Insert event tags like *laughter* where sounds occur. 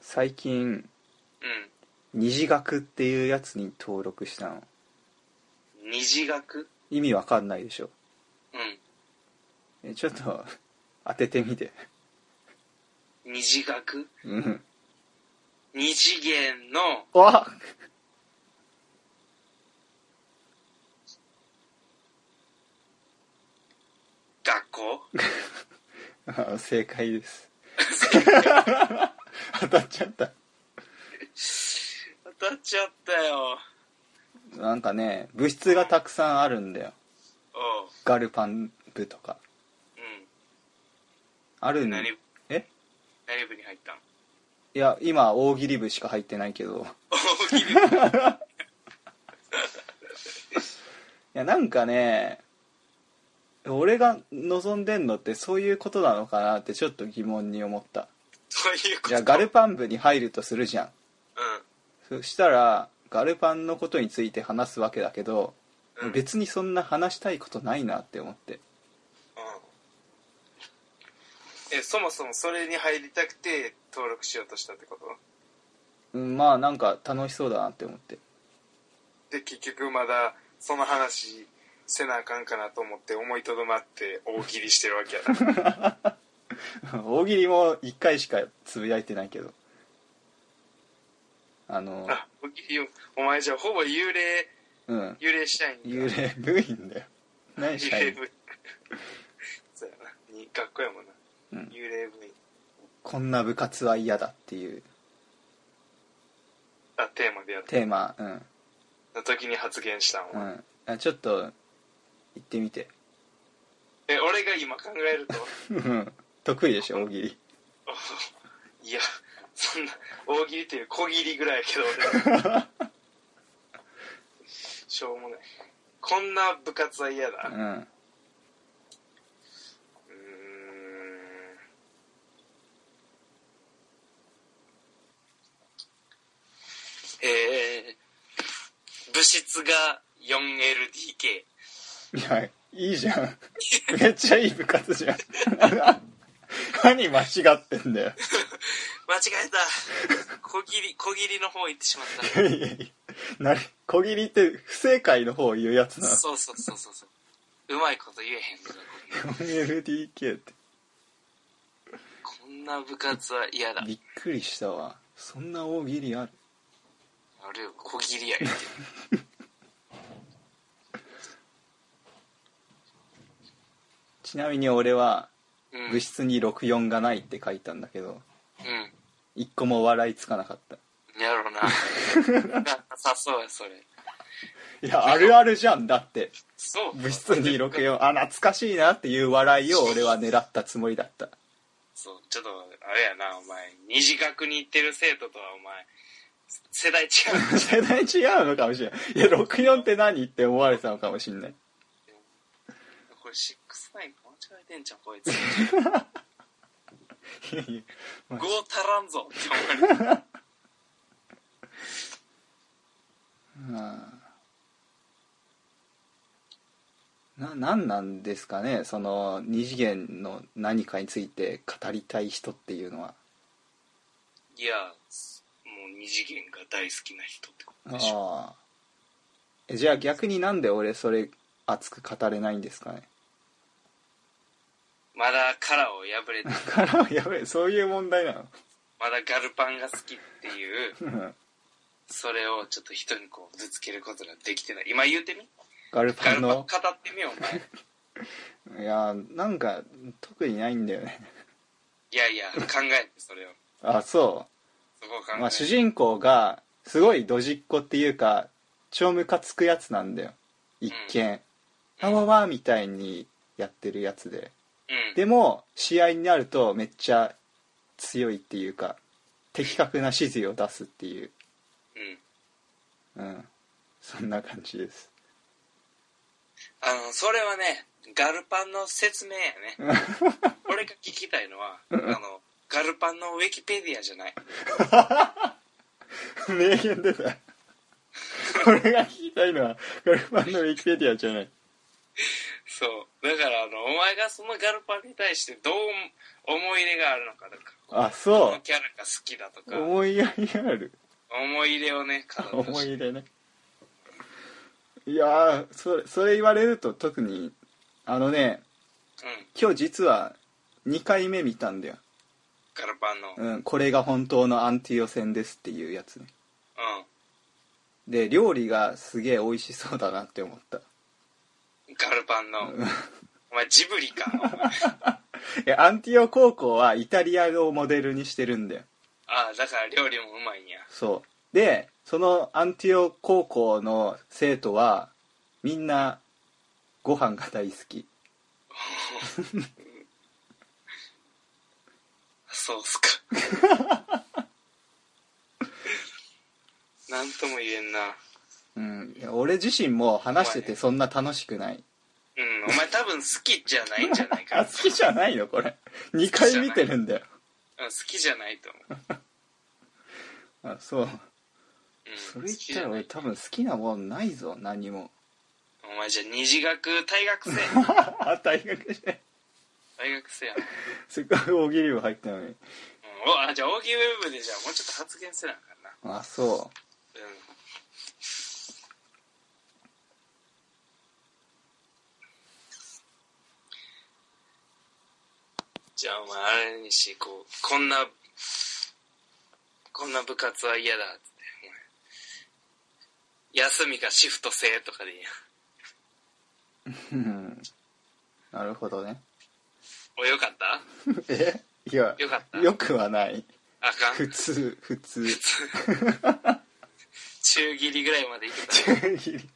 最近う二次学っていうやつに登録したのん。二次学意味わかんないでしょうん。えちょっと当ててみて二次学うん二次元のあ学校あ正解です *laughs* 当たっちゃった当たっちゃったよ。なんかね物質がたくさんあるんだよおう。ガルパン部とかうん。あるん何、え何部に入ったんいや今大喜利部しか入ってないけど大喜利。いやなんかね俺が望んでんのってそういうことなのかなってちょっと疑問に思ったそういうこと。じゃあガルパン部に入るとするじゃんうん。そしたらガルパンのことについて話すわけだけど、うん別にそんな話したいことないなって思ってえそもそもそれに入りたくて登録しようとしたってことうんまあなんか楽しそうだなって思って *laughs* で結局まだその話せなあかんかなと思って思いとどまって大喜利してるわけやな大喜利も1回しかつぶやいてないけどあのあ *laughs* 大喜利をお前じゃあほぼ幽霊うん幽霊社員か幽霊部員だよ何し *laughs* 幽た霊い部そうやなに学校やもんな、うん幽霊部員こんな部活は嫌だっていうあテーマでやったテーマうんの時に発言したん、おう前んあちょっと行ってみて *laughs* え俺が今考えると *laughs* うん得意でしょ大喜利いやそんな大喜利という小切りぐらいやけど *laughs* 俺しょうもないこんな部活は嫌だうんうーんえー、物質が 4LDK いやいいじゃんめっちゃいい部活じゃん *laughs* 何間違ってんだよ *laughs* 間違えた小切り小切りの方行ってしまっいやいやいやなに小切りって不正解の方を言うやつたなそうそうそうそうそううまいこと言えへんけど 4LDK ってこんな部活は嫌だびっくりしたわそんな大喜利あるあれよ小切りや言うてちなみに俺はうん部室に64がないって書いたんだけどうん一個も笑いつかなかったやろな。なさそうや、それ。いやあるあるじゃんだってそう。部室に64あ懐かしいなっていう笑いを俺は狙ったつもりだったそう、ちょっと、あれやな、お前。二次学に行ってる生徒とは、お前、世代違う。*laughs* 世代 *laughs* 違うのかもしれないいや64って何って思われたのかもしれないこれ、シックスナイン間違えてんじゃん、こ *laughs* いつ。いやいや5足ら *laughs* んぞって思われる。 *laughs* まあな何なんですかねその二次元の何かについて語りたい人っていうのはいや、もう二次元が大好きな人ってことでしょ。ああえじゃあ逆になんで俺それ熱く語れないんですかね *laughs* まだ殻を破れて、 *laughs* からやべえそういう問題なまだガルパンが好きっていう、 *laughs* のそれをちょっと人にこう、ぶつけることができてない。今言うてみガルガパルンパン語のってみよ、お前。いやなんか特にないんだよねいやいや、考えて、それを。あそそこを考えう、て。まあ、主人公がすごいドジっ子っていうか超ムカつくやつなんだよ一見「うあんわわ」みたいにやってるやつでうん。でも試合になるとめっちゃ強いっていうか的確な指示を出すっていう、うん。うん、そんな感じです *laughs* あの、それはね、ガルパンの説明やね。俺が聞きたいのは、あの、ガルパンのウィキペディアじゃない。名言出た俺が聞きたいのはこれファンのウィキペディアじゃないそうだからあのお前がそのガルパンに対してどう思い入れがあるのかとかあこそのキャラが好きだとうか思思いやりあるい入れをね語ってほ *laughs* 思いしい入れねいやーそれそれ言われると特にあのねうん今日実は2回目見たんだよ、ガルパンのうんうん、これが本当のアンティオ戦ですっていうやつねで料理がすげえ美味しそうだなって思ったガルパンのお前ジブリかお前いやアンティオ高校はイタリアをモデルにしてるんだよああだから料理もうまいんやそうでそのアンティオ高校の生徒はみんなご飯が大好きそうっすか *laughs* なんとも言えんなうんいや俺自身も話しててそんな楽しくないうんお前多分好きじゃないんじゃないか *laughs* あな好きじゃないのこれ2回見てるんだようん好きじゃないと思う、あそううん、それ言好っきじたゃらない俺多分好きなもんないぞ何もお前じゃあ二次学大学生あ大学で大学生やな、うすっごい大喜利部入ったのにん、おあじゃあ大喜利ウェブでじゃあもうちょっと発言せなあかんなあそうんじゃあお前あれにしこうこんなこんな部活は嫌だっつってお前休みかシフト制とかでいいやううんなるほどねおよかった *laughs* えいやよかったよくはないあかん普通普通中切りぐらいまでいけた *laughs* 中切り